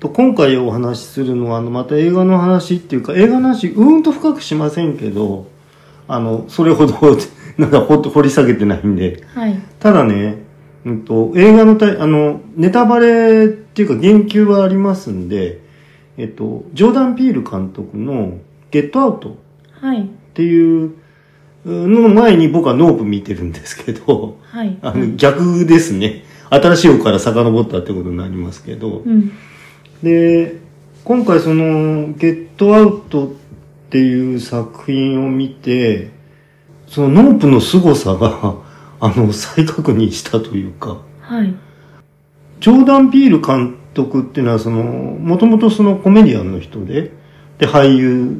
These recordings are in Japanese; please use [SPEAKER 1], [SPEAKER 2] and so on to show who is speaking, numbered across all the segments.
[SPEAKER 1] と今回お話しするのはあのまた映画の話っていうか映画の話うんと深くしませんけどあのそれほど なんか掘って掘り下げてないんで
[SPEAKER 2] はい。
[SPEAKER 1] ただね、うん、と映画のたあのネタバレっていうか言及はありますんで、えっと、ジョーダン・ピール監督の「ゲットアウト」っ
[SPEAKER 2] はい。
[SPEAKER 1] ていうの前に僕はノープ見てるんですけど
[SPEAKER 2] はい。
[SPEAKER 1] あの逆ですね新しい方から遡ったってことになりますけど、
[SPEAKER 2] うん。
[SPEAKER 1] で今回その「ゲットアウト」っていう作品を見てそのノープの凄さが あの再確認したというか
[SPEAKER 2] はい。
[SPEAKER 1] ジョーダン・ピール監督っていうのはそのもともとそのコメディアンの人でで俳優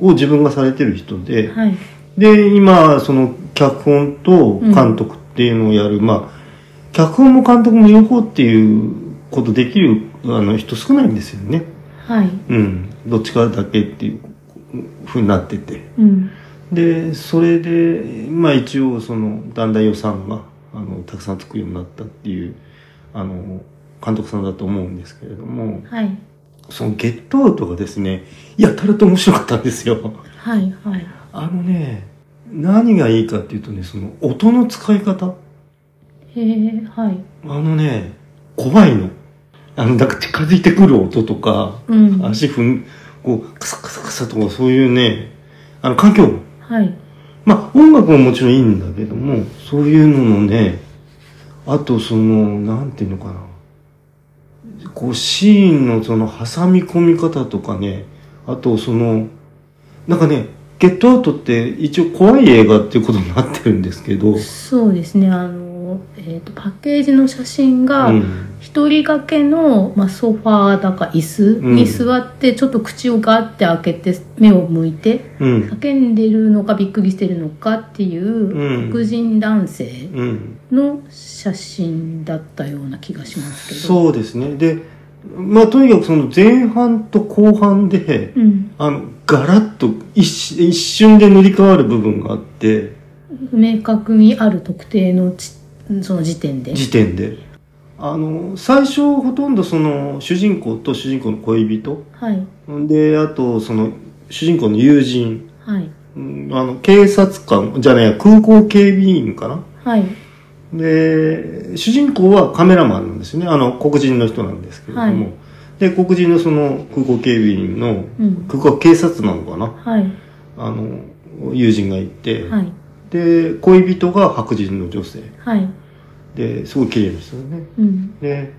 [SPEAKER 1] を自分がされてる人で
[SPEAKER 2] はい。
[SPEAKER 1] で今その脚本と監督っていうのをやる、まあ脚本も監督も両方っていうことできるあの人少ないんですよね。
[SPEAKER 2] はい。
[SPEAKER 1] うん、どっちかだけっていうふうになってて
[SPEAKER 2] うん。
[SPEAKER 1] でそれでまあ一応そのだんだん予算があのたくさんつくようになったっていうあの監督さんだと思うんですけれども
[SPEAKER 2] はい。
[SPEAKER 1] その「ゲットアウト」がですねやたらと面白かったんですよ
[SPEAKER 2] はい。はい。
[SPEAKER 1] あのね何がいいかっていうとねその音の使い方
[SPEAKER 2] へえ、はい。
[SPEAKER 1] あのね怖いのあのなんか近づいてくる音とか
[SPEAKER 2] うん。はい。
[SPEAKER 1] 足踏んこうカサカサカサとかそういうねあの環境音まあ音楽ももちろんいいんだけどもそういうののねあとそのなんていうのかなこうシーンのその挟み込み方とかねあとそのなんかねゲットアウトって一応怖い映画っていうことになってるんですけど、
[SPEAKER 2] そうですね。あの、えっと、パッケージの写真が
[SPEAKER 1] う、ん、
[SPEAKER 2] 一人掛けの、まあ、ソファーだか椅子
[SPEAKER 1] うん
[SPEAKER 2] に座って、ちょっと口をガッて開けて目を向いて
[SPEAKER 1] うん、
[SPEAKER 2] 叫んでるのかびっくりしてるのかっていううん黒人男性
[SPEAKER 1] うん、
[SPEAKER 2] の写真だったような気がしますけど。
[SPEAKER 1] そうですねでまあとにかくその前半と後半で、
[SPEAKER 2] うん。
[SPEAKER 1] あの、ガラッと一し一瞬で塗り替わる部分があって、
[SPEAKER 2] 明確にある特定のちその時点で。
[SPEAKER 1] 時点で。あの、最初ほとんどその、主人公と主人公の恋人、
[SPEAKER 2] はい。
[SPEAKER 1] で、あとその、主人公の友人、
[SPEAKER 2] はい。
[SPEAKER 1] うんあの、警察官、じゃない、空港警備員かな。
[SPEAKER 2] はい。
[SPEAKER 1] で、主人公はカメラマンなんですよね。あの、黒人の人なんですけれども。
[SPEAKER 2] はい
[SPEAKER 1] で、黒人のその、空港警備員の、
[SPEAKER 2] うん。
[SPEAKER 1] 空港警察なのかな
[SPEAKER 2] はい。
[SPEAKER 1] あの、友人がいて、
[SPEAKER 2] はい。
[SPEAKER 1] で恋人が白人の女性
[SPEAKER 2] はい。
[SPEAKER 1] ですごい綺麗ですよね
[SPEAKER 2] うん。
[SPEAKER 1] で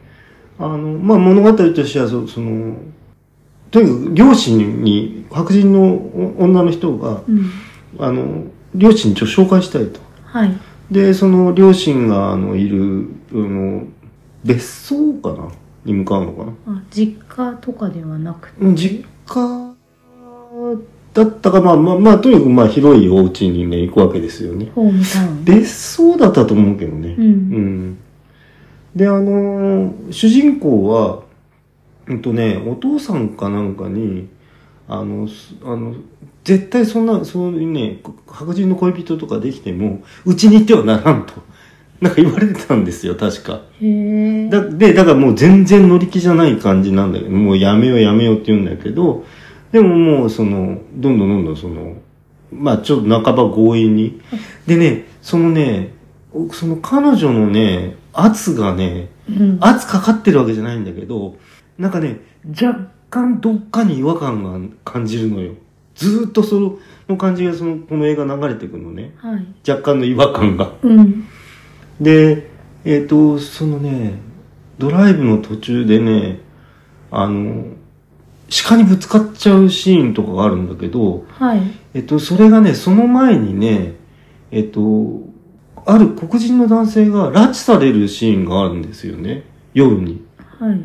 [SPEAKER 1] あの、まあ、物語としてはそそのとにかく両親に白人のお女の人が
[SPEAKER 2] うん。
[SPEAKER 1] あの両親にちょっと紹介したいと
[SPEAKER 2] はい。
[SPEAKER 1] でその両親があのいるあの別荘かなに向かうのかな
[SPEAKER 2] あ実家とかではなくて。
[SPEAKER 1] うん実家だったかまあまあ、まあ、とにかくまあ広いお家にね行くわけですよね
[SPEAKER 2] ホームタウン。
[SPEAKER 1] 別荘だったと思うけどね
[SPEAKER 2] う。
[SPEAKER 1] うんん、であのー主人公はうんとねお父さんかなんかにあのすあの絶対そんなそういうね白人の恋人とかできてもうちに行ってはならんとなんか言われてたんですよ確か
[SPEAKER 2] へえ。
[SPEAKER 1] だでだからもう全然乗り気じゃない感じなんだけどもうやめようやめようって言うんだけどでももうそのどんどんどんどんそのまあちょっと半ば強引にでねそのねその彼女のね圧がね
[SPEAKER 2] うん。
[SPEAKER 1] 圧かかってるわけじゃないんだけどなんかね若干どっかに違和感が感じるのよずーっとそのの感じがそのこの映画流れてくのね
[SPEAKER 2] はい。
[SPEAKER 1] 若干の違和感が
[SPEAKER 2] うん。
[SPEAKER 1] で、えっ、と、そのね、ドライブの途中でね、あの、鹿にぶつかっちゃうシーンとかがあるんだけど、
[SPEAKER 2] はい。
[SPEAKER 1] えっ、と、それがね、その前にね、えっ、と、ある黒人の男性が拉致されるシーンがあるんですよね。夜に。
[SPEAKER 2] はい。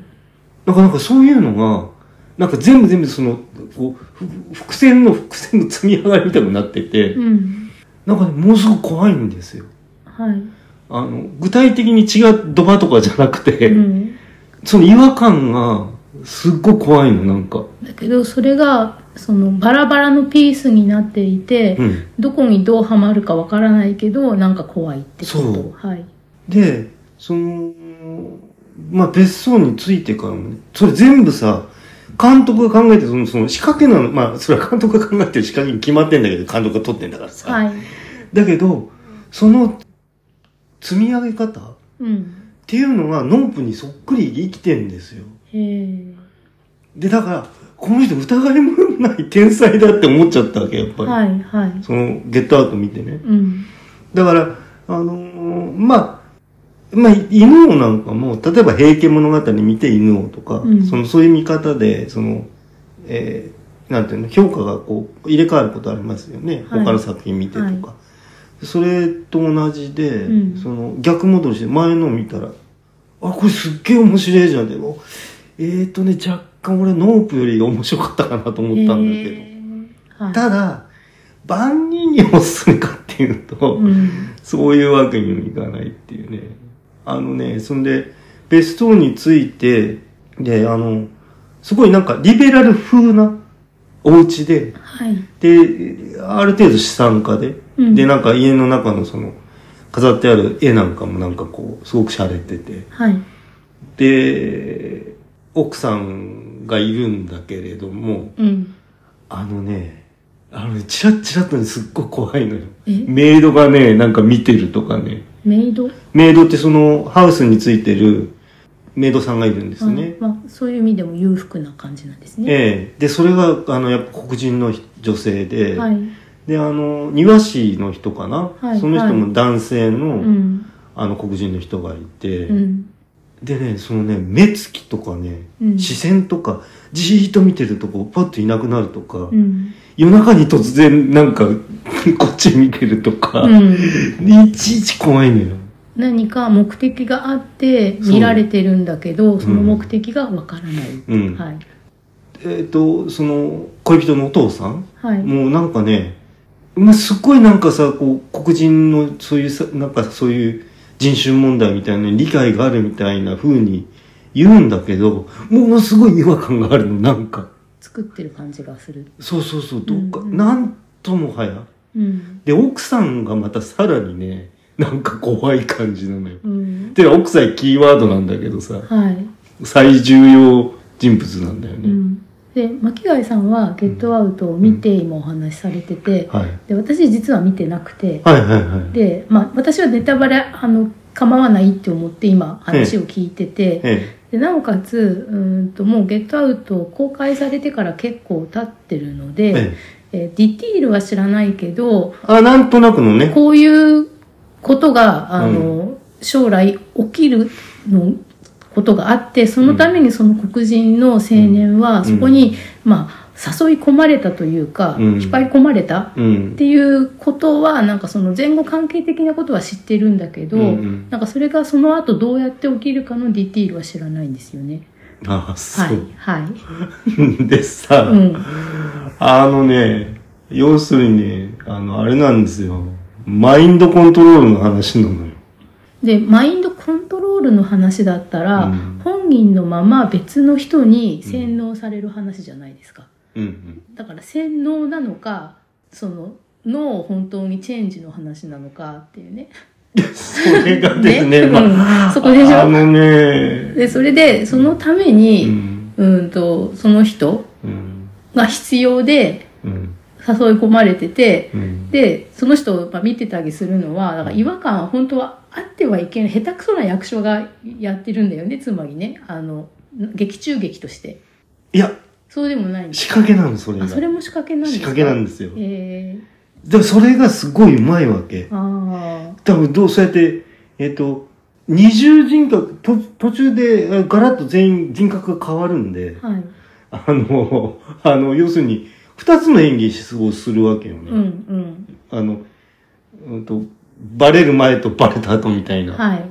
[SPEAKER 1] なんかなんかそういうのが、なんか全部全部その、こう、ふ伏線の伏線の積み上がりみたくなってて、
[SPEAKER 2] うん。
[SPEAKER 1] なんかね、ものすごく怖いんですよ。
[SPEAKER 2] はい。
[SPEAKER 1] あの、具体的に血がドバとかじゃなくて、
[SPEAKER 2] うん。
[SPEAKER 1] その違和感がすっごく怖いのなんか、
[SPEAKER 2] だけど、それが、その、バラバラのピースになっていて、
[SPEAKER 1] うん、
[SPEAKER 2] どこにどうはまるかわからないけど、なんか怖いってこと。
[SPEAKER 1] そう
[SPEAKER 2] はい。
[SPEAKER 1] でそのまあ、別荘についてからもね、それ全部さ、監督が考えてその、その仕掛けなの、まあ、それは監督が考えてる仕掛けに決まってんだけど、監督が撮ってんだからさ。
[SPEAKER 2] はい。
[SPEAKER 1] だけど、その、積み上げ方っ
[SPEAKER 2] うん。
[SPEAKER 1] ていうのが、ノープにそっくり生きてんですよ。
[SPEAKER 2] へえ。
[SPEAKER 1] で、だから、この人疑いもない天才だって思っちゃったわけ、やっぱり。
[SPEAKER 2] はい、はい。
[SPEAKER 1] その、ゲットアウト見てね。
[SPEAKER 2] うん。
[SPEAKER 1] だから、あのーまあ、まあ、犬王なんかも、例えば平家物語見て犬王とか、
[SPEAKER 2] うん
[SPEAKER 1] その、そういう見方で、その、えーなんていうの、評価がこう、入れ替わることありますよね。
[SPEAKER 2] はい
[SPEAKER 1] 他の作品見てとか。
[SPEAKER 2] はい
[SPEAKER 1] それと同じで、
[SPEAKER 2] うん
[SPEAKER 1] その、逆戻りして、前の見たら、あ、これすっげえ面白いじゃんでも、えーとね、若干俺ノープより面白かったかなと思ったんだけど。
[SPEAKER 2] へーはい。
[SPEAKER 1] ただ、万人におすすめかっていうと、
[SPEAKER 2] うん。
[SPEAKER 1] そういうわけにもいかないっていうね。あのね、そんで、ベストについて、で、あの、すごいなんかリベラル風なお家で、
[SPEAKER 2] はい。
[SPEAKER 1] で、ある程度資産家で、
[SPEAKER 2] うん
[SPEAKER 1] で、なんか家の中のその、飾ってある絵なんかもなんかこう、すごく洒落てて、
[SPEAKER 2] はい。
[SPEAKER 1] で、奥さんがいるんだけれども、
[SPEAKER 2] うん。
[SPEAKER 1] あのね、あのね、チラッチラッとね、すっごい怖いのよ。
[SPEAKER 2] え
[SPEAKER 1] メイドがね、なんか見てるとかね。
[SPEAKER 2] メイド
[SPEAKER 1] メイドってそのハウスについてるメイドさんがいるんですね。
[SPEAKER 2] あまあ、そういう意味でも裕福な感じなんですね。
[SPEAKER 1] ええで、それが、あの、やっぱ黒人の女性で、
[SPEAKER 2] はい。
[SPEAKER 1] で、あの、庭師の人かな、
[SPEAKER 2] はい
[SPEAKER 1] その人も男性の、
[SPEAKER 2] うん。
[SPEAKER 1] あの、黒人の人がいて、
[SPEAKER 2] うん。
[SPEAKER 1] でね、そのね、目つきとかね、
[SPEAKER 2] うん
[SPEAKER 1] 視線とか、じーっと見てるとこ、パッといなくなるとか、
[SPEAKER 2] うん。
[SPEAKER 1] 夜中に突然なんか、 こっち見てるとか、
[SPEAKER 2] うん。
[SPEAKER 1] いちいち怖いのよ。
[SPEAKER 2] 何か目的があって
[SPEAKER 1] そう
[SPEAKER 2] 見られてるんだけど、その
[SPEAKER 1] うん
[SPEAKER 2] 目的がわからない。
[SPEAKER 1] うん。
[SPEAKER 2] はい。
[SPEAKER 1] えっ、と、その、恋人のお父さん
[SPEAKER 2] はい。
[SPEAKER 1] もうなんかね、まあ、すっごいなんかさ、こう、黒人のそういうさ、なんかそういう人種問題みたいなのに理解があるみたいな風に言うんだけど、ものすごい違和感があるの、なんか。
[SPEAKER 2] 作ってる感じがする。
[SPEAKER 1] そうそうそう、どっか、
[SPEAKER 2] うんうん
[SPEAKER 1] なんともはや。
[SPEAKER 2] うん。
[SPEAKER 1] で、奥さんがまたさらにね、なんか怖い感じなのよ。
[SPEAKER 2] うん。
[SPEAKER 1] てか、奥さんキーワードなんだけどさ、
[SPEAKER 2] はい。
[SPEAKER 1] 最重要人物なんだよ
[SPEAKER 2] う
[SPEAKER 1] ね。
[SPEAKER 2] ん。で、巻貝さんはゲットアウトを見て今お話しされてて、
[SPEAKER 1] はい。
[SPEAKER 2] で、私実は見てなくて、
[SPEAKER 1] はいはいはい。
[SPEAKER 2] で、まあ、私はネタバレ、あの、構わないって思って今話を聞いてて、
[SPEAKER 1] え
[SPEAKER 2] でなおかつ、うーんと、もうゲットアウト公開されてから結構経ってるの
[SPEAKER 1] え。え
[SPEAKER 2] で、
[SPEAKER 1] え。
[SPEAKER 2] えディティールは知らないけど、
[SPEAKER 1] あ、なんとなくのね。
[SPEAKER 2] こういうことが、あの、将来起きるの、ことがあって、そのためにその黒人の青年は、
[SPEAKER 1] ん
[SPEAKER 2] そこに、まあ、誘い込まれたというか、
[SPEAKER 1] うん
[SPEAKER 2] 引っ張り込まれた
[SPEAKER 1] うん
[SPEAKER 2] っ。ていうことはなんかその前後関係的なことは知ってるんだけど、
[SPEAKER 1] うんうん
[SPEAKER 2] なんかそれがその後どうやって起きるかのディティールは知らないんですよね。
[SPEAKER 1] あ
[SPEAKER 2] は
[SPEAKER 1] そう
[SPEAKER 2] い。はい。
[SPEAKER 1] でさ、
[SPEAKER 2] うん。
[SPEAKER 1] あのね、要するに、あの、あれなんですよ。マインドコントロールの話なのよ。
[SPEAKER 2] で、マインドコントロールの話だったら、
[SPEAKER 1] うん
[SPEAKER 2] 本人のまま別の人に洗脳される話じゃないですか。
[SPEAKER 1] うん
[SPEAKER 2] だから洗脳なのか、その脳を本当にチェンジの話なのかっていうね。
[SPEAKER 1] うん。それが ですね、
[SPEAKER 2] ね
[SPEAKER 1] ま
[SPEAKER 2] う
[SPEAKER 1] あ、
[SPEAKER 2] んそこでしょ
[SPEAKER 1] あのね、
[SPEAKER 2] で、それで、そのため
[SPEAKER 1] う
[SPEAKER 2] に、
[SPEAKER 1] ん、
[SPEAKER 2] うん、と、その人
[SPEAKER 1] うん、
[SPEAKER 2] が必要で
[SPEAKER 1] うん、
[SPEAKER 2] 誘い込まれてて、
[SPEAKER 1] うん。
[SPEAKER 2] でその人をまあ見てたりするのはだから違和感は本当はあってはいけない下手くそな役所がやってるんだよねつまりねあの劇中劇として
[SPEAKER 1] いや、
[SPEAKER 2] そうでもないんです
[SPEAKER 1] 仕掛けなの、それが。
[SPEAKER 2] あそれも仕掛けなんです
[SPEAKER 1] 仕
[SPEAKER 2] か
[SPEAKER 1] 掛けなんですよ。
[SPEAKER 2] え
[SPEAKER 1] でもそれがすごいうまいわけ。
[SPEAKER 2] ー、あ
[SPEAKER 1] 多分どう、そうやって、えっ、と、二重人格、と途中でえガラッと全員人格が変わるんで、
[SPEAKER 2] あはい
[SPEAKER 1] あの、あの、要するに、二つの演技をするわけよね。
[SPEAKER 2] うんうん
[SPEAKER 1] あの、うんと、バレる前とバレた後みたいな。
[SPEAKER 2] はい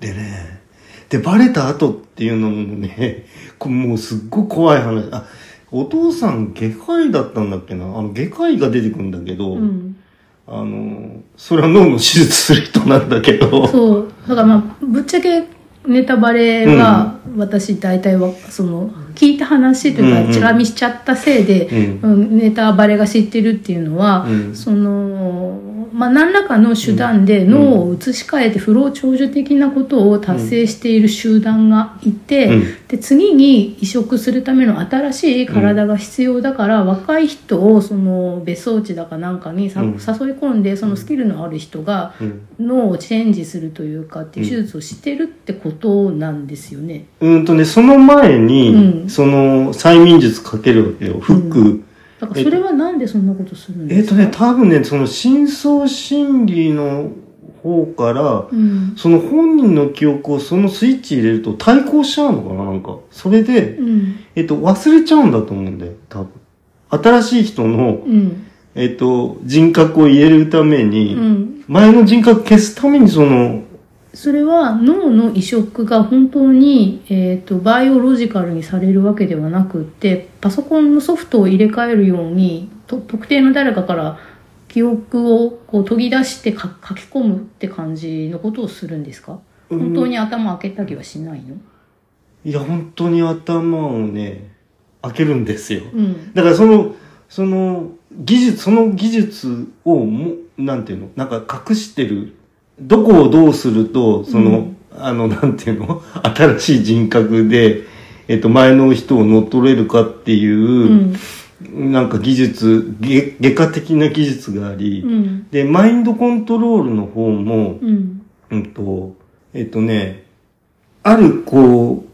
[SPEAKER 1] でね、で、バレた後っていうのもね、こもうすっごい怖い話。あ、お父さん外科医だったんだっけなあの、外科医が出てくるんだけど、
[SPEAKER 2] うん
[SPEAKER 1] あの、それは脳の手術する人なんだけど、
[SPEAKER 2] そうだからまあぶっちゃけネタバレは私大体はその聞いた話と
[SPEAKER 1] うん
[SPEAKER 2] いう
[SPEAKER 1] うん
[SPEAKER 2] かチラ見しちゃったせいで、
[SPEAKER 1] うん
[SPEAKER 2] うんネタバレが知ってるっていうのは、
[SPEAKER 1] うん
[SPEAKER 2] そのまあ、何らかの手段で脳を移し替えて不老長寿的なことを達成している集団がいて、
[SPEAKER 1] うん
[SPEAKER 2] で次に移植するための新しい体が必要だから、若い人をその別荘地だかなんかにさ、
[SPEAKER 1] うん
[SPEAKER 2] 誘い込んでそのスキルのある人が
[SPEAKER 1] うん
[SPEAKER 2] 脳をチェンジするというかっていう手術をしてるってことなんですよね。
[SPEAKER 1] うんとね、その前に、
[SPEAKER 2] うん
[SPEAKER 1] その、催眠術かけるわけよ。フック。
[SPEAKER 2] だからそれはなんでそんなことするん
[SPEAKER 1] え
[SPEAKER 2] で
[SPEAKER 1] っ、
[SPEAKER 2] す
[SPEAKER 1] と
[SPEAKER 2] か、
[SPEAKER 1] ね、多分ね、その深層心理の方から、
[SPEAKER 2] うん
[SPEAKER 1] その本人の記憶をそのスイッチ入れると対抗しちゃうのかななんか。それで、
[SPEAKER 2] うん
[SPEAKER 1] えっと、忘れちゃうんだと思うんだよ、多分。新しい人の、
[SPEAKER 2] うん
[SPEAKER 1] えっと、人格を入れるために、
[SPEAKER 2] うん
[SPEAKER 1] 前の人格消すためにその、
[SPEAKER 2] それは脳の移植が本当に、えー、とバイオロジカルにされるわけではなくってパソコンのソフトを入れ替えるようにと特定の誰かから記憶をこう研ぎ出してか書き込むって感じのことをするんですか本当に頭開けたりはしないの、
[SPEAKER 1] いや、本当に頭をね、開けるんですよ。
[SPEAKER 2] うん
[SPEAKER 1] だからその、その、技術、その技術をも、なんていうのなんか隠してる。どこをどうすると、その、
[SPEAKER 2] うん
[SPEAKER 1] あの、なんていうの新しい人格で、えっと、前の人を乗っ取れるかって
[SPEAKER 2] う
[SPEAKER 1] いう、
[SPEAKER 2] ん
[SPEAKER 1] なんか技術、げ外科的な技術があり、
[SPEAKER 2] うん
[SPEAKER 1] で、マインドコントロールの方も、
[SPEAKER 2] うん
[SPEAKER 1] うんと、えっとね、あるこ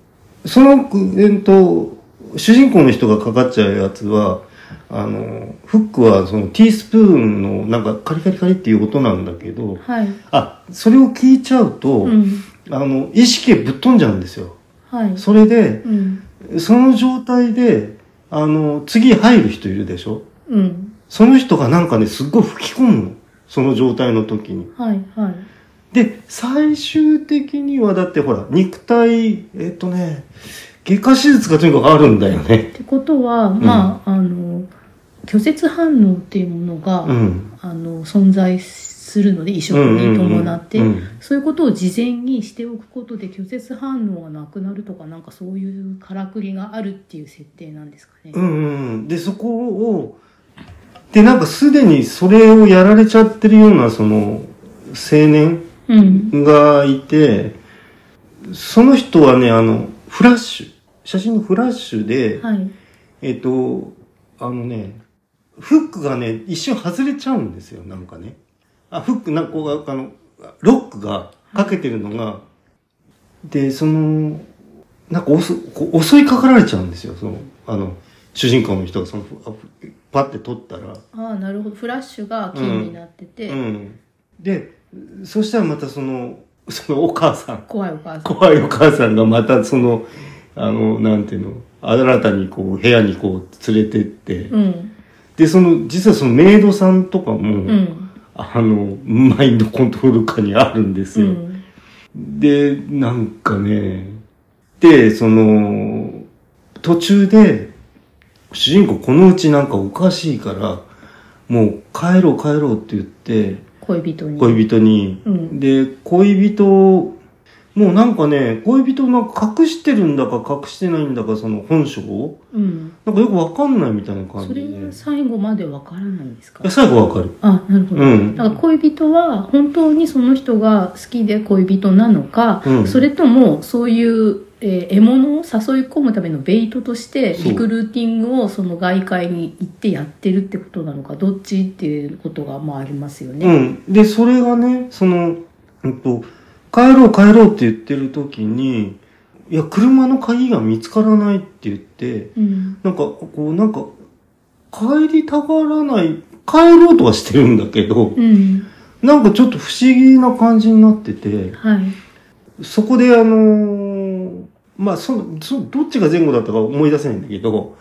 [SPEAKER 1] う、その、えっと、主人公の人がかかっちゃうやつは、あの、フックはそのティースプーンのなんかカリカリカリっていう音なんだけど、
[SPEAKER 2] はい
[SPEAKER 1] あ、それを聞いちゃうと、
[SPEAKER 2] うん
[SPEAKER 1] あの、意識ぶっ飛んじゃうんですよ。
[SPEAKER 2] はい
[SPEAKER 1] それで、
[SPEAKER 2] うん
[SPEAKER 1] その状態で、あの、次入る人いるでしょ
[SPEAKER 2] うん
[SPEAKER 1] その人がなんかね、すっごい吹き込むの。その状態の時に。
[SPEAKER 2] はいはい
[SPEAKER 1] で、最終的にはだってほら、肉体、えっとね、外科手術がとにかくあるんだよね
[SPEAKER 2] っ。てことはまあ、あの拒絶反応っていうものが、
[SPEAKER 1] うん。
[SPEAKER 2] あの存在するので移植に伴って、
[SPEAKER 1] うんうんうんうん
[SPEAKER 2] そういうことを事前にしておくことで拒絶反応がなくなるとかなんかそういうからくりがあるっていう設定なんですかね。
[SPEAKER 1] うんうん。で、そこを、で、なんかすでにそれをやられちゃってるような、その、青年
[SPEAKER 2] うん
[SPEAKER 1] がいて、その人はね、あの、フラッシュ、写真のフラッシュで、
[SPEAKER 2] はい
[SPEAKER 1] えっと、あのね、フックがね、一瞬外れちゃうんですよ、なんかね。あ、フック、なんかこうが、あの、ロックがかけてるのが、で、その、なんか襲こう襲いかかられちゃうんですよ、その、あの、主人公の人がその、あパッて取ったら。
[SPEAKER 2] ああなるほどフラッシュが金になってて、
[SPEAKER 1] うん。で、そしたらまたその、そのお母さん、
[SPEAKER 2] 怖いお母さん。
[SPEAKER 1] 怖いお母さんがまたその、あの、なんていうの、新たにこう、部屋にこう、連れてって、
[SPEAKER 2] うん
[SPEAKER 1] で、その、実はそのメイドさんとかも、
[SPEAKER 2] うん
[SPEAKER 1] あの、マインドコントロール下にあるんです
[SPEAKER 2] う
[SPEAKER 1] よ。
[SPEAKER 2] ん
[SPEAKER 1] で、なんかね、で、その、途中で、主人公このうちなんかおかしいから、もう帰ろう帰ろうって言って、
[SPEAKER 2] 恋人に。
[SPEAKER 1] 恋人に。
[SPEAKER 2] うん
[SPEAKER 1] で、恋人、もうなんかね、恋人なんか隠してるんだか隠してないんだか、その本性を、
[SPEAKER 2] うん
[SPEAKER 1] なんかよくわかんないみたいな感
[SPEAKER 2] そ
[SPEAKER 1] じで。
[SPEAKER 2] れはい最後までわからないんですか
[SPEAKER 1] や。最後わかる。
[SPEAKER 2] あなるほど。
[SPEAKER 1] うん。
[SPEAKER 2] だから恋人は本当にその人が好きで恋人なのか、
[SPEAKER 1] うん
[SPEAKER 2] それともそういう、えー獲物を誘い込むためのベイトとして
[SPEAKER 1] そう
[SPEAKER 2] リクルーティングをその外界に行ってやってるってことなのかどっちっていうことがまあありますよ
[SPEAKER 1] う
[SPEAKER 2] ね。
[SPEAKER 1] ん。で、それがね、その、うんと、帰ろう帰ろうって言ってる時に、いや、車の鍵が見つからないって言って、
[SPEAKER 2] うん
[SPEAKER 1] なんか、こう、なんか、帰りたがらない、帰ろうとはしてるんだけど、
[SPEAKER 2] うん
[SPEAKER 1] なんかちょっと不思議な感じになってて、
[SPEAKER 2] はい
[SPEAKER 1] そこであのーまあ、その、そのどっちが前後だったか思い出せないんだけど、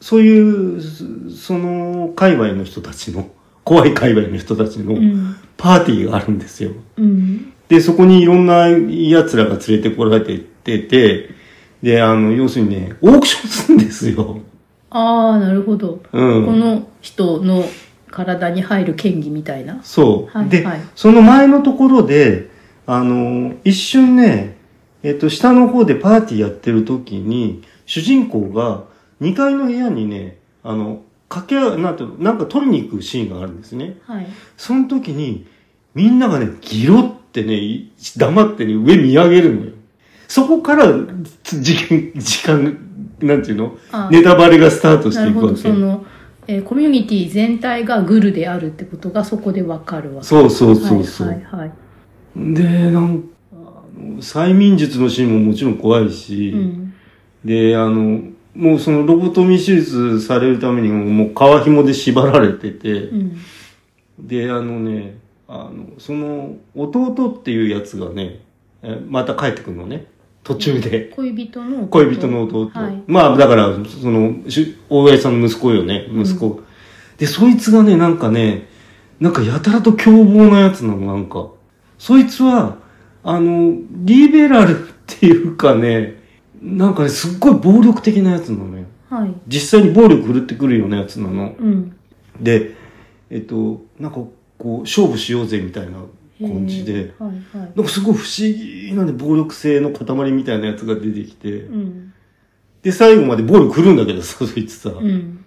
[SPEAKER 1] そういう、そその、界隈の人たちの、怖い界隈の人たちの、
[SPEAKER 2] うん
[SPEAKER 1] パーティーがあるんですよ。
[SPEAKER 2] うん
[SPEAKER 1] で、そこにいろんな奴らが連れてこられてて、で、あの、要するにね、オークションするんですよ。
[SPEAKER 2] ああなるほど、
[SPEAKER 1] う
[SPEAKER 2] こ
[SPEAKER 1] ん。
[SPEAKER 2] の人の体に入る権利みたいな。
[SPEAKER 1] そう。
[SPEAKER 2] はい
[SPEAKER 1] で
[SPEAKER 2] はい、
[SPEAKER 1] その前のところで、あの、一瞬ね、えっと、下の方でパーティーやってる時に、主人公が2階の部屋にね、あの、掛け合う、なんていうの、なんか取りに行くシーンがあるんですね。
[SPEAKER 2] はい。
[SPEAKER 1] その時に、みんながね、ギロってね、い黙ってね、上見上げるのよ。そこから、つ時間、時間、なんていうの
[SPEAKER 2] あ
[SPEAKER 1] ネタバレがスタートし
[SPEAKER 2] な
[SPEAKER 1] て
[SPEAKER 2] る
[SPEAKER 1] いく
[SPEAKER 2] ほ
[SPEAKER 1] わ
[SPEAKER 2] ど。
[SPEAKER 1] け
[SPEAKER 2] そ。の、えーコミュニティ全体がグルであるってことがそこでわかるわけ。
[SPEAKER 1] そうそうそうそう。
[SPEAKER 2] はいはいは
[SPEAKER 1] で、なんか、あの催眠術のシーンももちろん怖い
[SPEAKER 2] い。
[SPEAKER 1] し、
[SPEAKER 2] うん。
[SPEAKER 1] で、あの、もうそのロボトミー手術されるためにもう皮紐で縛られてて、
[SPEAKER 2] うん。
[SPEAKER 1] で、あのね、あの、その、弟っていうやつがね、えまた帰ってくるのね。途中で。
[SPEAKER 2] 恋人の弟。
[SPEAKER 1] 恋人の弟。
[SPEAKER 2] はい。
[SPEAKER 1] まあ、だから、その、し大江さんの息子よね、息子、で、そいつがね、なんかね、なんかやたらと凶暴なやつなの、なんか。そいつは、あの、リベラルっていうかね、なんかね、すっごい暴力的なやつなのよ。
[SPEAKER 2] はい。
[SPEAKER 1] 実際に暴力振るってくるようなやつなの。
[SPEAKER 2] うん。
[SPEAKER 1] で、えっと、なんかこう、勝負しようぜみたいな感じ
[SPEAKER 2] へ
[SPEAKER 1] で、
[SPEAKER 2] ーはいはい。
[SPEAKER 1] なんかすごい不思議なね、暴力性の塊みたいなやつが出てきて、
[SPEAKER 2] うん。
[SPEAKER 1] で、最後まで暴力振るんだけどさ、そいつさ。
[SPEAKER 2] うん。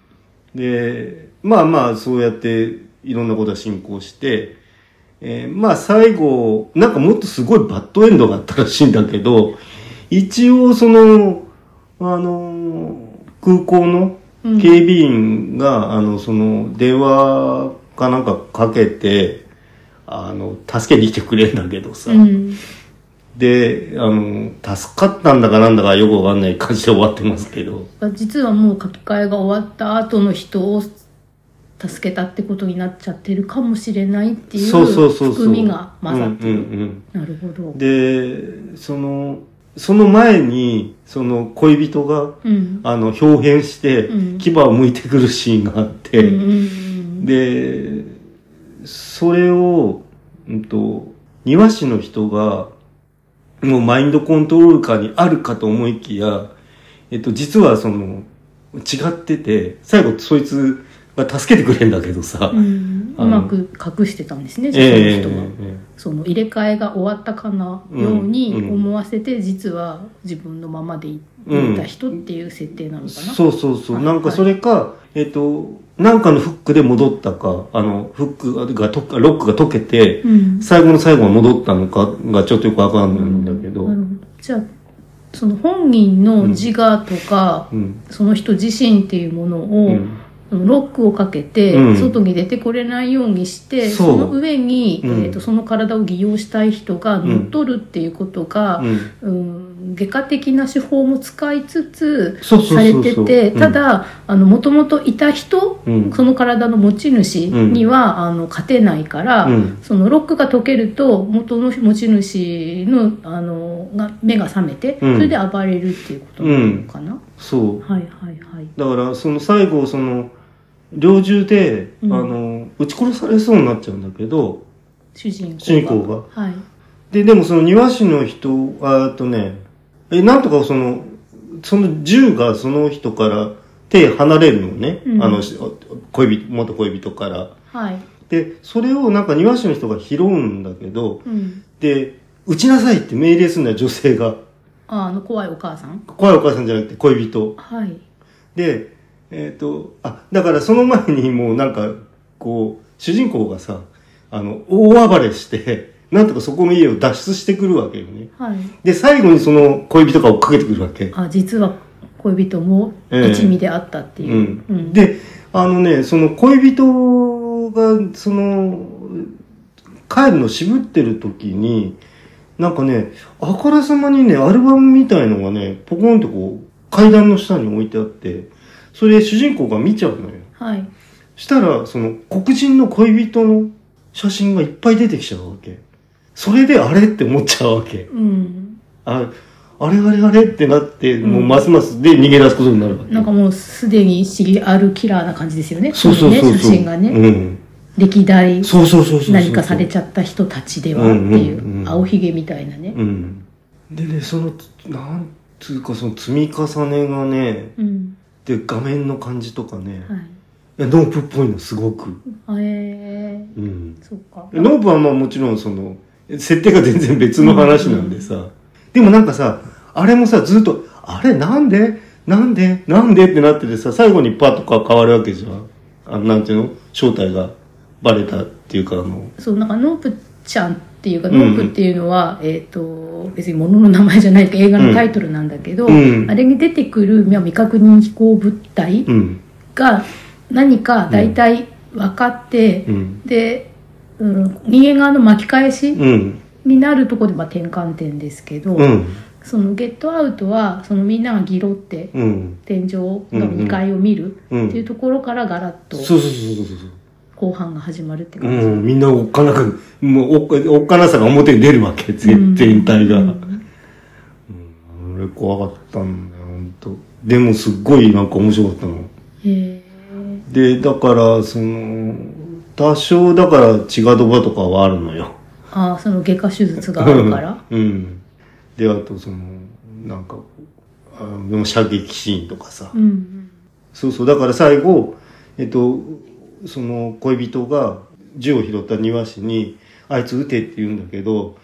[SPEAKER 1] で、まあまあ、そうやって、いろんなことが進行して、えーまあ最後、なんかもっとすごいバッドエンドがあったらしいんだけど、一応その、あのー空港の
[SPEAKER 2] うん
[SPEAKER 1] 警備員が、あの、その、電話かなんかかけて、あの、助けに来てくれんだけどさ、
[SPEAKER 2] うん。
[SPEAKER 1] で、あの、助かったんだかなんだかよくわかんない感じで終わってますけど、
[SPEAKER 2] 実はもう書き換えが終わった後の人を助けたってことになっちゃってるかもしれないっていう
[SPEAKER 1] そうそうそうそう。
[SPEAKER 2] 含みが混ざってる、
[SPEAKER 1] うんうんうん
[SPEAKER 2] なるほど
[SPEAKER 1] でそのその前にその恋人が
[SPEAKER 2] うん
[SPEAKER 1] あの豹変して
[SPEAKER 2] うん
[SPEAKER 1] 牙を剥いてくるシーンがあっ
[SPEAKER 2] う
[SPEAKER 1] て、
[SPEAKER 2] んうん
[SPEAKER 1] でそれを、うん、と庭師の人がもうマインドコントロール下にあるかと思いきや、えっと、実はその違ってて最後そいつが助けてくれんだけどさ、
[SPEAKER 2] うんうん
[SPEAKER 1] あ
[SPEAKER 2] う
[SPEAKER 1] の
[SPEAKER 2] まく隠してたんですね、
[SPEAKER 1] ええ
[SPEAKER 2] その人は、その入れ替えが終わったかのように思わせて、実は自分のままでい
[SPEAKER 1] うん
[SPEAKER 2] た人っていう設定なのかな、
[SPEAKER 1] そうそうそう。
[SPEAKER 2] はい
[SPEAKER 1] なんかそれか、えっ、と、なんかのフックで戻ったか、あの、フックがと、ロックが解けて、
[SPEAKER 2] うん
[SPEAKER 1] 最後の最後が戻ったのかがちょっとよくわかんないんだけど、
[SPEAKER 2] なるほじゃあその本人の自我とか、
[SPEAKER 1] うん。
[SPEAKER 2] その人自身っていうものを、
[SPEAKER 1] うん。
[SPEAKER 2] ロックをかけて、
[SPEAKER 1] うん
[SPEAKER 2] 外に出てこれないようにして
[SPEAKER 1] そう
[SPEAKER 2] その上に、
[SPEAKER 1] うん
[SPEAKER 2] えー、とその体を利用したい人が乗っ取るっていうことが、
[SPEAKER 1] うん
[SPEAKER 2] うん、外科的な手法も使いつつ
[SPEAKER 1] そうそ
[SPEAKER 2] さ
[SPEAKER 1] う
[SPEAKER 2] れ
[SPEAKER 1] そう
[SPEAKER 2] て
[SPEAKER 1] そう。
[SPEAKER 2] て
[SPEAKER 1] うん
[SPEAKER 2] た、だもともといた人、
[SPEAKER 1] うん
[SPEAKER 2] その体の持ち主には、あの勝てないから、
[SPEAKER 1] うん。
[SPEAKER 2] そのロックが解けると元の持ち主のあのが目が覚めて、
[SPEAKER 1] うん
[SPEAKER 2] それで暴れるっていうことなのかな、
[SPEAKER 1] そう。
[SPEAKER 2] はいはいはい。
[SPEAKER 1] だから、その最後、その、猟銃で、
[SPEAKER 2] うん
[SPEAKER 1] あの、撃ち殺されそうになっちゃうんだけど、
[SPEAKER 2] 主人公が
[SPEAKER 1] 主人公が。
[SPEAKER 2] はい
[SPEAKER 1] で、でもその庭師の人、あーっとね、え、なんとかその、その銃がその人から手離れるのね。
[SPEAKER 2] うん
[SPEAKER 1] あの、し恋人、元恋人から。
[SPEAKER 2] はい、
[SPEAKER 1] で、それをなんか庭師の人が拾うんだけど、
[SPEAKER 2] うん、
[SPEAKER 1] で、撃ちなさいって命令するのは女性が。
[SPEAKER 2] ああの怖いお母さん
[SPEAKER 1] 怖いお母さんじゃなくて恋人。
[SPEAKER 2] はい
[SPEAKER 1] で、えっ、と、あ、だからその前にもうなんか、こう、主人公がさ、あの、大暴れして、なんとかそこの家を脱出してくるわけよね。
[SPEAKER 2] はい
[SPEAKER 1] で、最後にその恋人が追っかけてくるわけ。
[SPEAKER 2] あ実は恋人も
[SPEAKER 1] ええ
[SPEAKER 2] 一味であったっていう、
[SPEAKER 1] う
[SPEAKER 2] うん
[SPEAKER 1] ん、で、あのね、その恋人が、その、帰るの渋ってる時に、なんかね、あからさまにね、アルバムみたいのがね、ポコンとこう、階段の下に置いてあって、それ主人公が見ちゃうのよ。
[SPEAKER 2] はい
[SPEAKER 1] したら、その黒人の恋人の写真がいっぱい出てきちゃうわけ。それであれって思っちゃうわけ。
[SPEAKER 2] うん
[SPEAKER 1] ああれあれあれってなって、
[SPEAKER 2] ん
[SPEAKER 1] もうますますで逃げ出すことになるわけ。
[SPEAKER 2] なんかもうすでにシリアルキラーな感じですよね
[SPEAKER 1] そうそうそうそう。
[SPEAKER 2] のね写真がね、
[SPEAKER 1] うん。
[SPEAKER 2] 歴代
[SPEAKER 1] そうそうそうそうそう。
[SPEAKER 2] 何かされちゃった人たちではっていう,、
[SPEAKER 1] うんうんうん
[SPEAKER 2] 青ひげみたいなね
[SPEAKER 1] うん。でね、その、なんつうかその積み重ねがね、
[SPEAKER 2] うん、
[SPEAKER 1] で、画面の感じとかね、
[SPEAKER 2] はい
[SPEAKER 1] いやノープっぽいの、すごく。
[SPEAKER 2] あえ
[SPEAKER 1] うん。
[SPEAKER 2] ー、そうか
[SPEAKER 1] ノープはまあもちろんその、設定が全然別の話なんでさ、でもなんかさ、あれもさ、ずっと、あれなんでなんでなんでってなっててさ、最後にパッとか変わるわけじゃん。あのなんていうの正体がバレたっていうかあの
[SPEAKER 2] そうなんかノープちゃんっていうか、
[SPEAKER 1] うん
[SPEAKER 2] ノープっていうのは、えっ、と別に物の名前じゃないか映画のタイトルなんだけど、
[SPEAKER 1] うん
[SPEAKER 2] あれに出てくるまあ未確認飛行物体
[SPEAKER 1] うん
[SPEAKER 2] が何か大体分かって、
[SPEAKER 1] うん
[SPEAKER 2] で、うん、人間側の巻き返し
[SPEAKER 1] うん
[SPEAKER 2] になるところで、まあ、転換点ですけど、
[SPEAKER 1] うん
[SPEAKER 2] そのゲットアウトはそのみんながギロって
[SPEAKER 1] うん
[SPEAKER 2] 天井の2階を見る
[SPEAKER 1] うん
[SPEAKER 2] っていうところからガラッと
[SPEAKER 1] そうそうそうそうそう
[SPEAKER 2] 後半が始まるって
[SPEAKER 1] う
[SPEAKER 2] 感じ。
[SPEAKER 1] んみんなおっかなくもうおっかおっかなさが表に出るわけ全全体が、
[SPEAKER 2] うん
[SPEAKER 1] 俺怖かったんだよ本当でもすっごいなんか面白かったの
[SPEAKER 2] へ
[SPEAKER 1] でだからその多少だから血がドバとかはあるのよ
[SPEAKER 2] ああその外科手術があるから。
[SPEAKER 1] うんであとそのなんかあでも射撃シーンとかさ、
[SPEAKER 2] うん
[SPEAKER 1] そうそうだから最後えっとその恋人が銃を拾った庭師に「あいつ撃て」って言うんだけど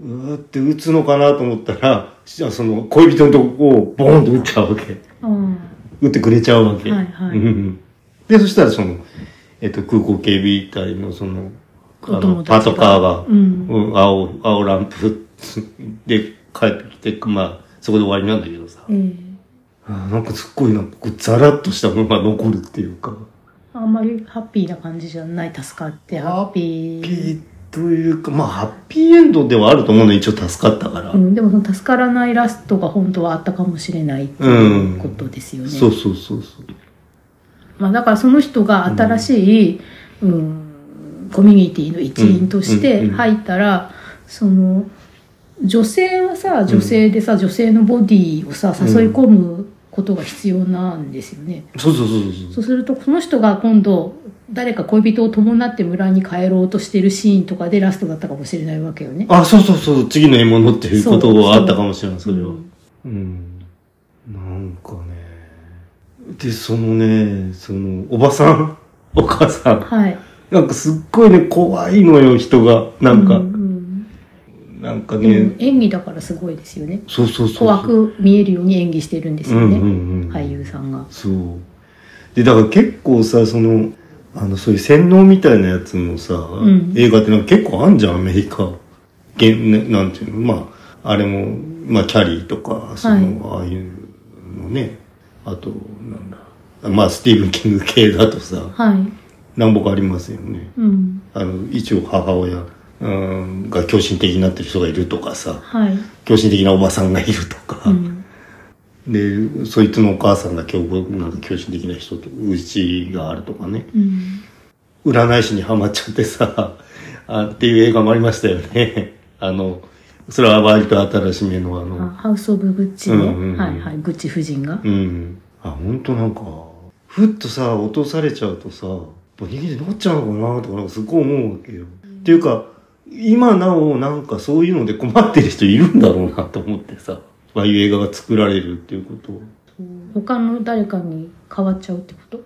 [SPEAKER 1] うーって撃つのかなと思ったらじゃあその恋人のとこをボーンと撃っちゃうわけ
[SPEAKER 2] うん、あ
[SPEAKER 1] 撃ってくれちゃうわけ、
[SPEAKER 2] はいはい
[SPEAKER 1] うんうんでそしたらその、えっと、空港警備隊のそのあ
[SPEAKER 2] お
[SPEAKER 1] の
[SPEAKER 2] 友
[SPEAKER 1] パ
[SPEAKER 2] 達が
[SPEAKER 1] トカーが、
[SPEAKER 2] うん
[SPEAKER 1] うん青青ランプで帰ってきてまあそこで終わりなんだけどさ、
[SPEAKER 2] あええ
[SPEAKER 1] あーなんかすっごいなんかこうザラッとしたものが残るっていうか。
[SPEAKER 2] あんまりハッピーな感じじゃない助かってハッピー
[SPEAKER 1] ピーというか、まあハッピーエンドではあると思うの一応助かったから。
[SPEAKER 2] うん、でもその助からないラストが本当はあったかもしれないっていうことですよね、
[SPEAKER 1] そうそうそうそう。
[SPEAKER 2] まあ、だからその人が新しい、うん、コミュニティの一員と
[SPEAKER 1] う
[SPEAKER 2] し
[SPEAKER 1] んうん
[SPEAKER 2] て
[SPEAKER 1] うん
[SPEAKER 2] 入ったら、その女性はさ女性でさ、女性のボディをさ誘い込むことが必要なんですよね、
[SPEAKER 1] そうそうそうそうそ。
[SPEAKER 2] そううするとこの人が今度誰か恋人を伴って村に帰ろうとしてるシーンとかでラストだったかもしれないわけよね。
[SPEAKER 1] あ、そうそうそう。次の獲物っていうこと
[SPEAKER 2] そう
[SPEAKER 1] はあったかもしれない、それは。
[SPEAKER 2] う
[SPEAKER 1] うんん。なんかね。で、そのね、その、おばさん、お母さん。
[SPEAKER 2] はい。
[SPEAKER 1] なんかすっごいね、怖いのよ、人が。なんか、
[SPEAKER 2] ううん
[SPEAKER 1] なんか
[SPEAKER 2] でも
[SPEAKER 1] ね。
[SPEAKER 2] 演技だからすごいですよね。
[SPEAKER 1] そうそうそうそう。
[SPEAKER 2] 怖く見えるように演技してるんですよね。
[SPEAKER 1] うんうんうん
[SPEAKER 2] 俳優さんが。
[SPEAKER 1] そう。で、だから結構さ、その、あの、そういう洗脳みたいなやつのさ、
[SPEAKER 2] ん
[SPEAKER 1] 映画ってなんか結構あんじゃん、アメリカ。げんねなんていうの、まあ、あれも、まあ、キャリーとか、その、ああいうのね。あと、なんだ。まあ、スティーブン・キング系だとさ、
[SPEAKER 2] はい。
[SPEAKER 1] 何本かありますよね。
[SPEAKER 2] うん。
[SPEAKER 1] あの、一応母親、うん、が狂心的になってる人がいるとかさ、
[SPEAKER 2] はい。
[SPEAKER 1] 狂心的なおばさんがいるとか。
[SPEAKER 2] うん。
[SPEAKER 1] でそいつのお母さんが教なんか教師的な人とうちがあるとかね
[SPEAKER 2] うん。
[SPEAKER 1] 占い師にはまっちゃってさ あっていう映画もありましたよね あのそれは割と新しめのあ
[SPEAKER 2] あ
[SPEAKER 1] の
[SPEAKER 2] ハウス・オブ・グッチの、
[SPEAKER 1] うんうんうん
[SPEAKER 2] はいはい、グッチ夫人が。
[SPEAKER 1] うんあ本当なんかふっとさ落とされちゃうとさもう逃げてなっちゃうのかなとかなんかすごい思うわけよ、っていうか今なおなんかそういうので困ってる人いるんだろうなと思ってさああいう映画が作られるっていうことを
[SPEAKER 2] 他の誰かに変わっちゃうってこと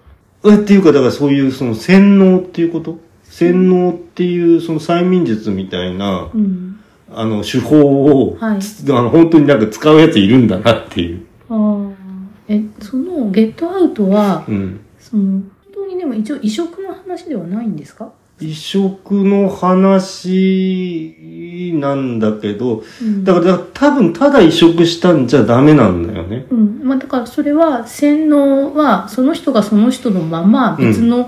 [SPEAKER 1] えっていうかだからそういうその洗脳っていうこと洗脳っていうその催眠術みたいな
[SPEAKER 2] うん。
[SPEAKER 1] あの手法を、
[SPEAKER 2] はい
[SPEAKER 1] つあの本当になんか使うやついるんだなっていう、
[SPEAKER 2] ああ。え、その、ゲットアウトは、
[SPEAKER 1] うん、
[SPEAKER 2] その、本当にでも一応移植の話ではないんですか、
[SPEAKER 1] 移植の話なんだけど
[SPEAKER 2] うん、
[SPEAKER 1] だからだから多分ただ移植したんじゃダメなんだよね
[SPEAKER 2] うんまあ、だからそれは洗脳はその人がその人のまま別の、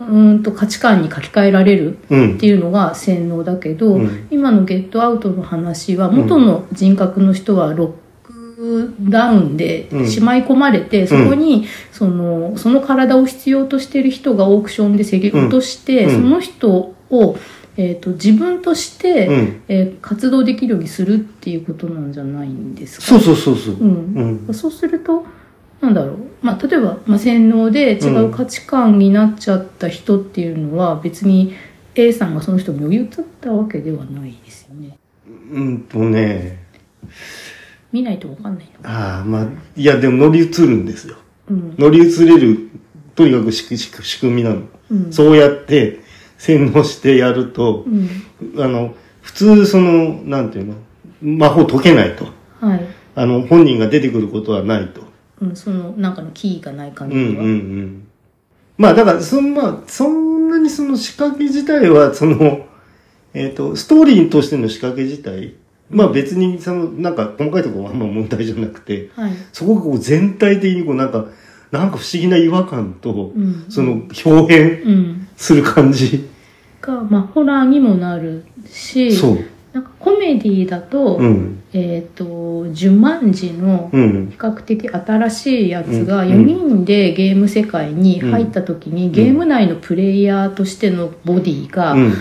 [SPEAKER 2] うーん、と価値観に書き換えられる
[SPEAKER 1] う
[SPEAKER 2] っ
[SPEAKER 1] ん
[SPEAKER 2] ていうのが洗脳だけど、
[SPEAKER 1] うん
[SPEAKER 2] 今の「ゲットアウト」の話は元の人格の人はロックダウンで
[SPEAKER 1] うん
[SPEAKER 2] しまい込まれて、そこにそのその体を必要としてる人がオークションで競り落として、
[SPEAKER 1] うん
[SPEAKER 2] その人を、えー、と自分として、
[SPEAKER 1] うん
[SPEAKER 2] えー活動できるようにするっていうことなんじゃないんですか
[SPEAKER 1] そうそうそうそう
[SPEAKER 2] うん
[SPEAKER 1] うん
[SPEAKER 2] そうするとなんだろう、まあ、例えば、まあ、洗脳で違う価値観になっちゃった人っていうのは別に A さんがその人に乗り移ったわけではないですよね
[SPEAKER 1] うんとね
[SPEAKER 2] 見ないと分かんないの
[SPEAKER 1] ああまあいやでも乗り移るんですよ
[SPEAKER 2] うん
[SPEAKER 1] 乗り移れるとにかく仕組仕組仕組みなの
[SPEAKER 2] うん
[SPEAKER 1] そうやって洗脳してやると
[SPEAKER 2] う、ん
[SPEAKER 1] あの、普通その、なんていうの、魔法解けないと。
[SPEAKER 2] はい、
[SPEAKER 1] あの、本人が出てくることはないと。
[SPEAKER 2] うん、そのなんかのキーがない限
[SPEAKER 1] うん
[SPEAKER 2] り
[SPEAKER 1] う
[SPEAKER 2] は、
[SPEAKER 1] んうん。まあだからその、まあ、そんなにその仕掛け自体は、その、えっ、と、ストーリーとしての仕掛け自体、まあ別にその、なんか細かいところはあんま問題じゃなくて、
[SPEAKER 2] はい。
[SPEAKER 1] そこがこう全体的にこうなんか、なんか不思議な違和感と、
[SPEAKER 2] うん。
[SPEAKER 1] その表現
[SPEAKER 2] うん。
[SPEAKER 1] する感じ。
[SPEAKER 2] が、まあ、ホラーにもなるし、
[SPEAKER 1] そう。
[SPEAKER 2] なんかコメディだと、
[SPEAKER 1] うん。
[SPEAKER 2] えっ、と、ジュマンジの
[SPEAKER 1] うん。
[SPEAKER 2] 比較的新しいやつが
[SPEAKER 1] うん
[SPEAKER 2] 4人でゲーム世界に入った時に、ゲーム内のプレイヤーとしてのボディが、
[SPEAKER 1] うん。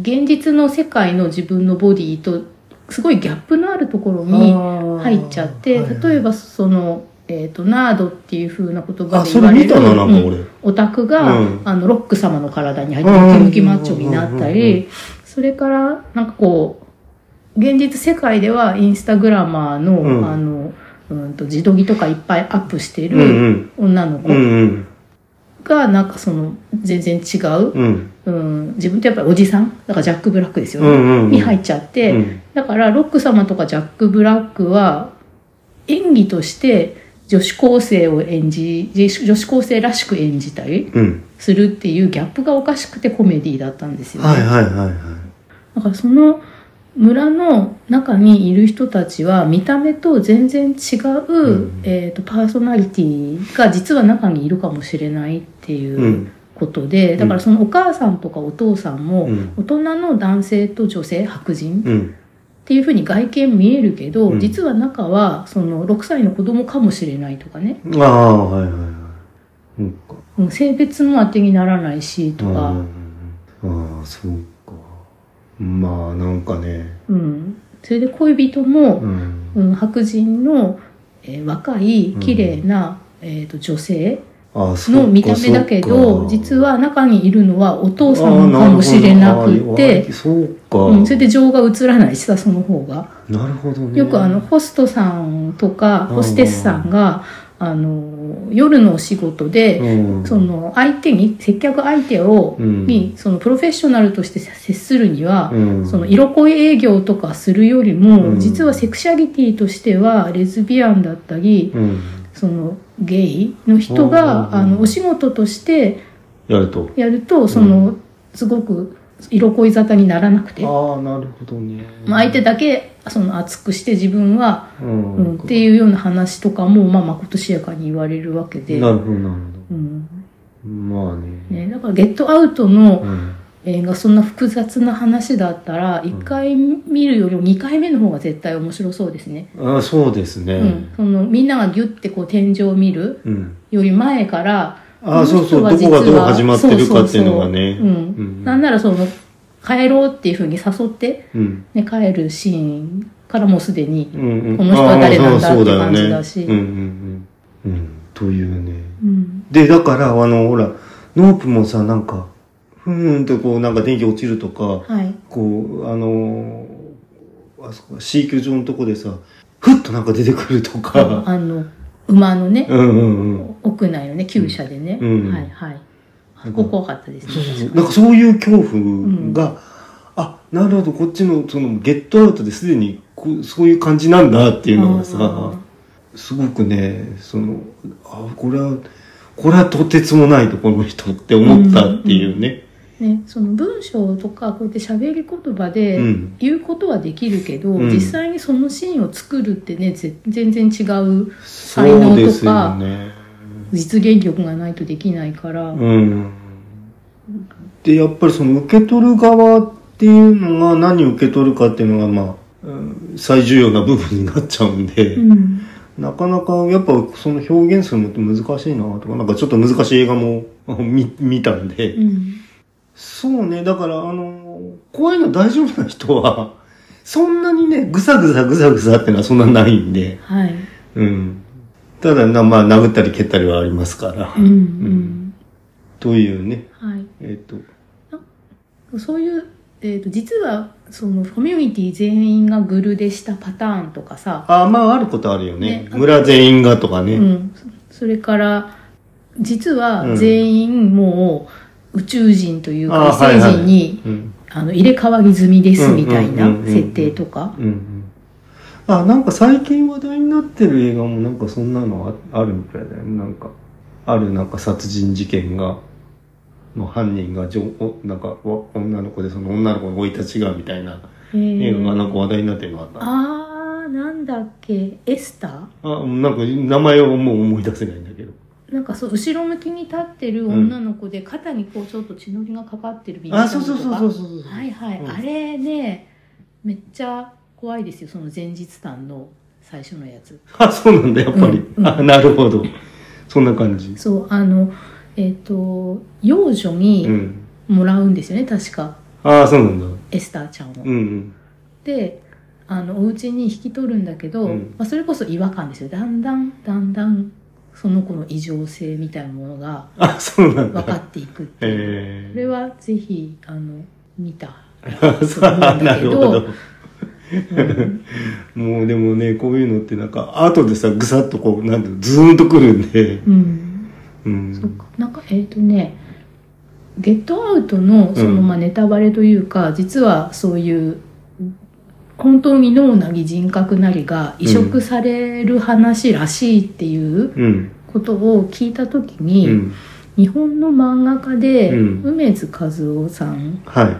[SPEAKER 2] 現実の世界の自分のボディとすごいギャップのあるところに入
[SPEAKER 1] 入
[SPEAKER 2] っちゃって、例えばその、えー、とナードっていう風な言葉
[SPEAKER 1] あ、
[SPEAKER 2] で
[SPEAKER 1] そ
[SPEAKER 2] 言
[SPEAKER 1] れ
[SPEAKER 2] われ
[SPEAKER 1] 見
[SPEAKER 2] る
[SPEAKER 1] たな、なん
[SPEAKER 2] うん
[SPEAKER 1] か俺。
[SPEAKER 2] オタクが、
[SPEAKER 1] うん
[SPEAKER 2] あのロック様の体に入って
[SPEAKER 1] うん
[SPEAKER 2] ムキムキマッチョになった
[SPEAKER 1] うんうんうん
[SPEAKER 2] りそれからなんかこう現実世界ではインスタグラマーの,、
[SPEAKER 1] うん
[SPEAKER 2] あのうんと自撮りとかいっぱいアップして
[SPEAKER 1] うんう
[SPEAKER 2] る
[SPEAKER 1] ん。
[SPEAKER 2] 女の
[SPEAKER 1] う
[SPEAKER 2] 子
[SPEAKER 1] ん
[SPEAKER 2] がなんかその全然違う、
[SPEAKER 1] うん。うん
[SPEAKER 2] うん、自分ってやっぱりおじさんだからジャック・ブラックですよ
[SPEAKER 1] う
[SPEAKER 2] ね、
[SPEAKER 1] んうん。
[SPEAKER 2] に入っちゃって、
[SPEAKER 1] うん
[SPEAKER 2] だからロック様とかジャック・ブラックは演技として女子高生を演じ女子高生らしく演じたり
[SPEAKER 1] うん。
[SPEAKER 2] するっていうギャップがおかしくてコメディだったんですよ、ね
[SPEAKER 1] はいはいはいはい。
[SPEAKER 2] だからその村の中にいる人たちは見た目と全然違う、
[SPEAKER 1] うん
[SPEAKER 2] えー、とパーソナリティが実は中にいるかもしれないっていう。
[SPEAKER 1] うん。
[SPEAKER 2] ことで、だからそのお母さんとかお父さんも、
[SPEAKER 1] うん
[SPEAKER 2] 大人の男性と女性白人っ
[SPEAKER 1] うん。
[SPEAKER 2] ていうふうに外見見えるけど、
[SPEAKER 1] うん
[SPEAKER 2] 実は中はその6歳の子供かもしれないとかね、
[SPEAKER 1] ああ、はいはいはい。うんか。
[SPEAKER 2] うん性別も当てにならないしと
[SPEAKER 1] うん
[SPEAKER 2] か、
[SPEAKER 1] うんうんああ、そうか。まあ、なんかね。
[SPEAKER 2] うんそれで恋人
[SPEAKER 1] う
[SPEAKER 2] も、
[SPEAKER 1] ん。
[SPEAKER 2] うん白人の、えー若い綺麗な、えー、と女性
[SPEAKER 1] ああ、そうか
[SPEAKER 2] の見た目だけ
[SPEAKER 1] そう
[SPEAKER 2] ど
[SPEAKER 1] か
[SPEAKER 2] 実は中にいるのはお父さんかもしれなく
[SPEAKER 1] あ
[SPEAKER 2] て、
[SPEAKER 1] ーなるほどあーそうか、
[SPEAKER 2] うん、それで情が映らないしさその方が。
[SPEAKER 1] なるほどね
[SPEAKER 2] よくあのホストさんとか
[SPEAKER 1] うん
[SPEAKER 2] ホステスさんがあの夜のお仕事で
[SPEAKER 1] うん
[SPEAKER 2] その相手に接客相手を
[SPEAKER 1] うん
[SPEAKER 2] にそのプロフェッショナルとして接するには
[SPEAKER 1] うん
[SPEAKER 2] その色恋営業とかするより
[SPEAKER 1] う
[SPEAKER 2] も
[SPEAKER 1] ん
[SPEAKER 2] 実はセクシャリティとしてはレズビアンだったり
[SPEAKER 1] うん
[SPEAKER 2] そのゲイの人
[SPEAKER 1] う
[SPEAKER 2] が
[SPEAKER 1] ん
[SPEAKER 2] あのお仕事として
[SPEAKER 1] やると
[SPEAKER 2] やるとそうのすごく色恋沙汰にならなくて。
[SPEAKER 1] ああなるほどね
[SPEAKER 2] まあ相手だけその熱くして自分は
[SPEAKER 1] うん
[SPEAKER 2] うん、っていうような話とかも、まあ、まことしやかに言われるわけで、
[SPEAKER 1] なるほどなる
[SPEAKER 2] うん
[SPEAKER 1] ほどまあね
[SPEAKER 2] ね、だから「ゲットアウト」の
[SPEAKER 1] うん
[SPEAKER 2] 映画そんな複雑な話だったら1回見るよりも2回目の方が絶対面白そうですね、
[SPEAKER 1] あーそうですね
[SPEAKER 2] うんそのみんながギュッてこう天井を見る
[SPEAKER 1] うん
[SPEAKER 2] より前から
[SPEAKER 1] ああ
[SPEAKER 2] こ
[SPEAKER 1] そ
[SPEAKER 2] の
[SPEAKER 1] うそ
[SPEAKER 2] 人
[SPEAKER 1] う
[SPEAKER 2] は
[SPEAKER 1] どこが
[SPEAKER 2] 実
[SPEAKER 1] どう
[SPEAKER 2] は
[SPEAKER 1] 始まってるかっていうのが
[SPEAKER 2] そうそう
[SPEAKER 1] ね
[SPEAKER 2] そううん
[SPEAKER 1] うん
[SPEAKER 2] なんならその帰ろうっていうふうに誘って、
[SPEAKER 1] うん
[SPEAKER 2] ね、帰るシーンからもうすでに、
[SPEAKER 1] うんうん
[SPEAKER 2] この人は誰なんだ
[SPEAKER 1] あーそう
[SPEAKER 2] って感じだし
[SPEAKER 1] そうよねうんうんうんうんというね
[SPEAKER 2] うん
[SPEAKER 1] で、だから、あの、ほら、ノープもさ、なんか、ふーんってこう、なんか電気落ちるとか、
[SPEAKER 2] はい、
[SPEAKER 1] こう、あのーあそこ、C 球場のとこでさ、ふっとなんか出てくるとか、
[SPEAKER 2] あの馬のね、
[SPEAKER 1] うんうんうん。
[SPEAKER 2] 屋内のね厩舎でね、
[SPEAKER 1] うん
[SPEAKER 2] はいはい
[SPEAKER 1] なんか
[SPEAKER 2] ここ怖かったですね
[SPEAKER 1] そうそうそう。な
[SPEAKER 2] 確か
[SPEAKER 1] んかそういう恐怖が、あ、なるほど、こっちの、その、ゲットアウトですでにこう、そういう感じなんだっていうのが
[SPEAKER 2] あ
[SPEAKER 1] さ、すごくね、その、あ、これは、これはとてつもないとこの人って思ったっていうね。
[SPEAKER 2] にねその文章とかこうやって喋り言葉
[SPEAKER 1] う
[SPEAKER 2] で
[SPEAKER 1] ん。
[SPEAKER 2] 言うことはできるけど、
[SPEAKER 1] うん
[SPEAKER 2] 実際にそのシーンを作るってねぜ全然違う
[SPEAKER 1] そうですよね。
[SPEAKER 2] 実現力がないとできないから、
[SPEAKER 1] うん。で、やっぱりその受け取る側っていうのが何を受け取るかっていうのが、まあ、うん最重要な部分になっちゃうんで、
[SPEAKER 2] うん
[SPEAKER 1] なかなかやっぱその表現するのって難しいなとか、なんかちょっと難しい映画も見見たんで、
[SPEAKER 2] うん
[SPEAKER 1] そうね、だからあの、こういうの大丈夫な人は、そんなにね、ぐさぐさぐさぐさってのはそんなないんで、
[SPEAKER 2] はい
[SPEAKER 1] うん。ただな、まあ、殴ったり蹴ったりはありますから
[SPEAKER 2] う、んうん、
[SPEAKER 1] というね、
[SPEAKER 2] はい
[SPEAKER 1] えっ、と、
[SPEAKER 2] そういう、えー、と実はそのコミュニティ全員がグルでしたパターンとかさ、
[SPEAKER 1] あまああることあるよね
[SPEAKER 2] ね
[SPEAKER 1] 村全員がとかね、
[SPEAKER 2] うん、そそれから実
[SPEAKER 1] う
[SPEAKER 2] は
[SPEAKER 1] ん
[SPEAKER 2] 全員もう宇宙人というか
[SPEAKER 1] あ
[SPEAKER 2] 異
[SPEAKER 1] はい
[SPEAKER 2] 星
[SPEAKER 1] はい
[SPEAKER 2] 人に
[SPEAKER 1] うん
[SPEAKER 2] あの入れ替わり済みですみたいな
[SPEAKER 1] うんうんうんうん
[SPEAKER 2] 設定とか
[SPEAKER 1] うんうんあなんか最近話題になってる映画もなんかそんなのああるみたいだよねなんかあるなんか殺人事件がの犯人がじょおなんかわ女の子でその女の子の生い立ちがみたいな
[SPEAKER 2] えー
[SPEAKER 1] 映画がなんか話題になってるのがあった、
[SPEAKER 2] あーなんだっけエスタ
[SPEAKER 1] あなんか名前をもう思い出せないんだけど
[SPEAKER 2] ーなんかそう後ろ向きに立ってる女の子で、肩にこうちょっと血のりがかかってるビ
[SPEAKER 1] あそうそうそうそうそうそう、
[SPEAKER 2] はいはい、
[SPEAKER 1] うん
[SPEAKER 2] あれねめっちゃ怖いですよその前日短の最初のやつ
[SPEAKER 1] あそうなんだやっぱり、
[SPEAKER 2] うんうん
[SPEAKER 1] あなるほどそんな感じ
[SPEAKER 2] そうあのえっ、と幼女
[SPEAKER 1] う
[SPEAKER 2] に
[SPEAKER 1] ん
[SPEAKER 2] もらうんですよね、確か
[SPEAKER 1] ああそうなんだ
[SPEAKER 2] エスターちゃんを、
[SPEAKER 1] うんうん
[SPEAKER 2] であのお家に引き取るんだけど、
[SPEAKER 1] うん
[SPEAKER 2] まあ、それこそ違和感ですよだんだんだんだんその子の異常性みたいなものが
[SPEAKER 1] あそうなん
[SPEAKER 2] 分か
[SPEAKER 1] だ
[SPEAKER 2] ってい くっていう、
[SPEAKER 1] え
[SPEAKER 2] これ
[SPEAKER 1] え
[SPEAKER 2] はぜひあの見 た、
[SPEAKER 1] ー、そうなんだけ
[SPEAKER 2] なる
[SPEAKER 1] ど
[SPEAKER 2] ほうん
[SPEAKER 1] もうでもねこういうのってなんか後でさぐさっとこうなんていうのズーンとくるんで
[SPEAKER 2] うん
[SPEAKER 1] うん
[SPEAKER 2] そっかなんかえっ、とね「ゲットアウトの」そ
[SPEAKER 1] う
[SPEAKER 2] の、
[SPEAKER 1] ん
[SPEAKER 2] まあ、ネタバレというか実はそういう本当に脳なり人格なりが移植される話らしいっていう
[SPEAKER 1] うん
[SPEAKER 2] ことを聞いた時
[SPEAKER 1] う
[SPEAKER 2] に、
[SPEAKER 1] ん
[SPEAKER 2] 日本の漫画家で、
[SPEAKER 1] うん
[SPEAKER 2] 梅津和夫さん
[SPEAKER 1] はい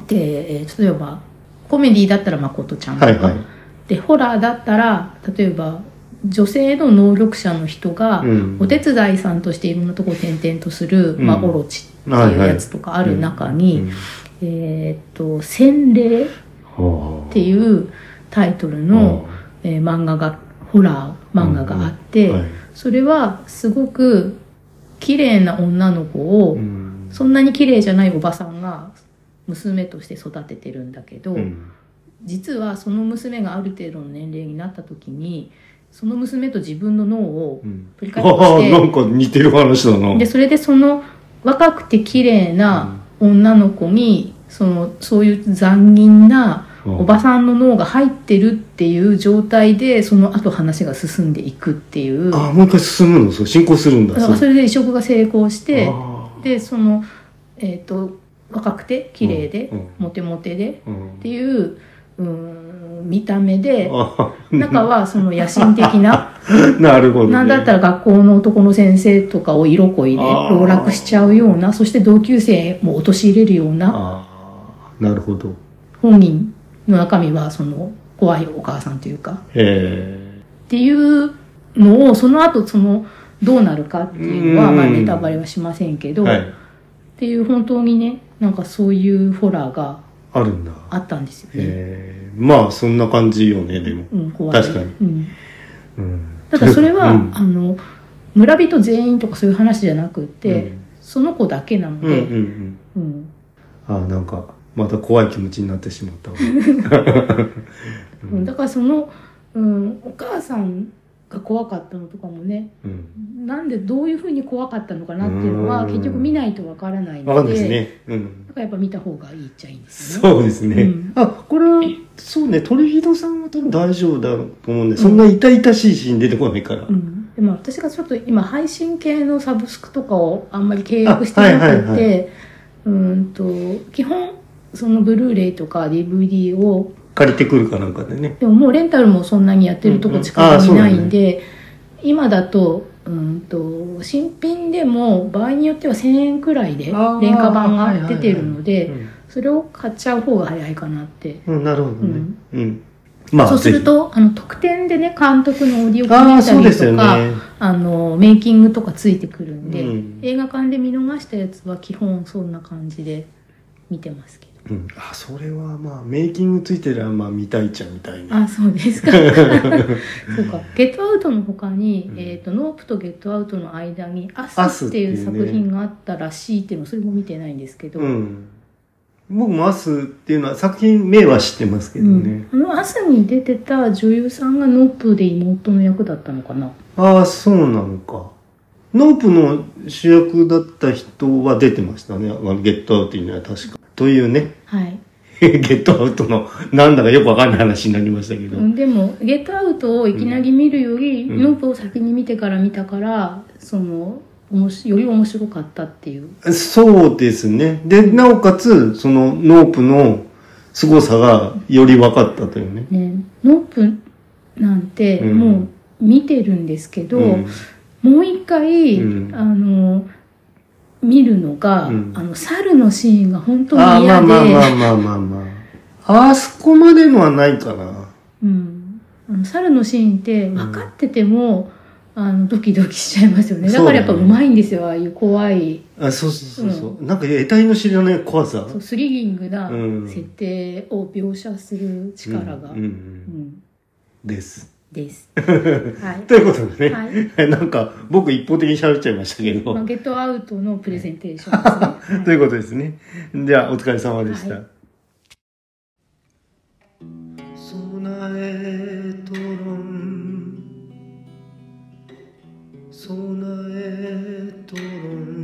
[SPEAKER 2] って、えー例えばコメディだったら誠ちゃんとか、
[SPEAKER 1] はいはい
[SPEAKER 2] でホラーだったら例えば女性の能力者の人が、
[SPEAKER 1] うん
[SPEAKER 2] お手伝いさんとしていろんなとこ転々とする、
[SPEAKER 1] うん
[SPEAKER 2] まあ、オロチっていうやつとかある中に、
[SPEAKER 1] うん
[SPEAKER 2] えーっと「洗礼」っ
[SPEAKER 1] はあ
[SPEAKER 2] ていうタイトルの、えー漫画がホラー漫画があって、
[SPEAKER 1] はい
[SPEAKER 2] それはすごく綺麗な女の子を、
[SPEAKER 1] うん
[SPEAKER 2] そんなに綺麗じゃないおばさんが娘として育ててるんだけど、
[SPEAKER 1] うん
[SPEAKER 2] 実はその娘がある程度の年齢になった時にその娘と自分の脳を
[SPEAKER 1] うん
[SPEAKER 2] 繰り返し
[SPEAKER 1] ああ
[SPEAKER 2] て
[SPEAKER 1] なんか似てる話だな
[SPEAKER 2] でそれでその若くて綺麗な女の子にそのそういう残忍なおばさんの脳が入ってるっていう状態でその後話が進んでいくっていうだ
[SPEAKER 1] あ
[SPEAKER 2] か
[SPEAKER 1] あもう一回進むのそう進行するんだ
[SPEAKER 2] らそれで移植が成功して
[SPEAKER 1] ああ
[SPEAKER 2] でその、えっと若くて綺麗で、
[SPEAKER 1] うんうん
[SPEAKER 2] モテモテで
[SPEAKER 1] うん
[SPEAKER 2] っていううーん見た目で
[SPEAKER 1] あ
[SPEAKER 2] 中はその野心的 な。
[SPEAKER 1] あ なるほど、ね、
[SPEAKER 2] なんだったら学校の男の先生とかを色恋で
[SPEAKER 1] あー
[SPEAKER 2] 籠絡しちゃうようなそして同級生も陥れるような
[SPEAKER 1] ああなるほど
[SPEAKER 2] 本人の中身はその怖いお母さんというか
[SPEAKER 1] え
[SPEAKER 2] っていうのをその後そのどうなるかっていうのは
[SPEAKER 1] うん
[SPEAKER 2] まあネタバレはしませんけ
[SPEAKER 1] え
[SPEAKER 2] ど、
[SPEAKER 1] はい
[SPEAKER 2] っていう本当にねなんかそういうホラーが
[SPEAKER 1] あるんだ
[SPEAKER 2] あったんですよね。
[SPEAKER 1] ええまあそんな感じよねでも、
[SPEAKER 2] うん、怖い
[SPEAKER 1] 確かに
[SPEAKER 2] うん、
[SPEAKER 1] うん、
[SPEAKER 2] だからそれ は、
[SPEAKER 1] うん
[SPEAKER 2] あの村人全員とかそういう話じゃなくて、
[SPEAKER 1] うん
[SPEAKER 2] その子だけなの
[SPEAKER 1] うんうんう
[SPEAKER 2] で、
[SPEAKER 1] ん
[SPEAKER 2] うん
[SPEAKER 1] ああなんかまた怖い気持ちになってしまったわう
[SPEAKER 2] うん、
[SPEAKER 1] ん
[SPEAKER 2] だからその、うん、お母さんが怖かったのとかもね
[SPEAKER 1] うん
[SPEAKER 2] なんでどういうふうに怖かったのかなっていうのは
[SPEAKER 1] うん
[SPEAKER 2] 結局見ないとわからない
[SPEAKER 1] わか
[SPEAKER 2] の
[SPEAKER 1] んない
[SPEAKER 2] で
[SPEAKER 1] ですねうん
[SPEAKER 2] だからやっぱ見た方がいいっちゃいいんですよね。
[SPEAKER 1] そうですね、
[SPEAKER 2] うん
[SPEAKER 1] あこれはそうねトルヒドさんは多分大丈夫だろうと思うんで、そんな痛々しいシーン出てこないから、
[SPEAKER 2] うん、でも私がちょっと今配信系のサブスクとかをあんまり契約してなくて、
[SPEAKER 1] あはいはいは
[SPEAKER 2] うんと基本そのブルーレイとか DVD を
[SPEAKER 1] 借りてくるかなんかでね
[SPEAKER 2] でももうレンタルもそんなにやってるとこ近くにないんで、今だとうんと新品でも場合によっては1000円くらいで
[SPEAKER 1] あー
[SPEAKER 2] 廉価版が出てるの
[SPEAKER 1] う
[SPEAKER 2] で、
[SPEAKER 1] ん
[SPEAKER 2] それを買っちゃう方が早いかなって、
[SPEAKER 1] うん、なるほどね
[SPEAKER 2] うん
[SPEAKER 1] うん、まあ
[SPEAKER 2] そうする
[SPEAKER 1] ぜ
[SPEAKER 2] とあの特典でね監督のオーディオ
[SPEAKER 1] ひああそう
[SPEAKER 2] コメ
[SPEAKER 1] で
[SPEAKER 2] ン
[SPEAKER 1] す
[SPEAKER 2] タリ
[SPEAKER 1] よ
[SPEAKER 2] ーと
[SPEAKER 1] ね
[SPEAKER 2] かあ、のメイキングとかついてくるんで、
[SPEAKER 1] うん
[SPEAKER 2] 映画館で見逃したやつは基本そんな感じで見てますけど。
[SPEAKER 1] うん、あそれはまあメイキングついてるらまあ見たいっちゃ見たいね
[SPEAKER 2] あ、そうです か。そうか。ゲットアウトの他に、
[SPEAKER 1] うん
[SPEAKER 2] えっ、と、ノープとゲットアウトの間に、ア
[SPEAKER 1] ア
[SPEAKER 2] ス
[SPEAKER 1] ス
[SPEAKER 2] っ
[SPEAKER 1] ってて
[SPEAKER 2] い
[SPEAKER 1] いううね
[SPEAKER 2] 作品があったらしいっていうの、それも見てないんですけど、
[SPEAKER 1] うん僕も「アス」っていうのは作品名は知ってますけどね、
[SPEAKER 2] うんあのアスに出てた女優さんがノープで妹の役だったのかな。
[SPEAKER 1] ああそうなのかノープの主役だった人は出てましたねあのゲットアウトには確かというね
[SPEAKER 2] はい。
[SPEAKER 1] ゲットアウトのなんだかよくわかんない話になりましたけど、
[SPEAKER 2] うんでも、ゲットアウトをいきなり見るより、
[SPEAKER 1] うん
[SPEAKER 2] ノープを先に見てから見たから、その、おもしより面白かったっていう。
[SPEAKER 1] そうですね。で、なおかつ、その、ノープの凄さがより分かったというね。
[SPEAKER 2] ね、ノープなんて、
[SPEAKER 1] うん
[SPEAKER 2] もう見てるんですけど、
[SPEAKER 1] うん
[SPEAKER 2] もう一回、
[SPEAKER 1] うん
[SPEAKER 2] あの見るのが、
[SPEAKER 1] うん
[SPEAKER 2] あの猿のシーンが本当
[SPEAKER 1] あ
[SPEAKER 2] に
[SPEAKER 1] ーまあ
[SPEAKER 2] 嫌で、
[SPEAKER 1] まあまあまあまあまあ。あそこまでのはないかな。
[SPEAKER 2] うん、あの猿のシーンって分かってても、あのドキドキしちゃいますよねだからやっぱ
[SPEAKER 1] そううだね
[SPEAKER 2] まいんですよああいう怖い
[SPEAKER 1] あ、そうそうそうそう、なんか得体の知らない怖さ。
[SPEAKER 2] そうスリリングな
[SPEAKER 1] うん
[SPEAKER 2] 設定を描写する力が、
[SPEAKER 1] うんうんうん
[SPEAKER 2] うん
[SPEAKER 1] です。
[SPEAKER 2] です。は
[SPEAKER 1] ということで
[SPEAKER 2] い。
[SPEAKER 1] ね、
[SPEAKER 2] はい。
[SPEAKER 1] なんか僕一方的に喋っちゃいましたけど、
[SPEAKER 2] まあ、ゲットアウトのプレゼンテーション ですね。はい
[SPEAKER 1] ということですね。じゃあお疲れ様でした。
[SPEAKER 2] は
[SPEAKER 1] 備えとろん備えとろん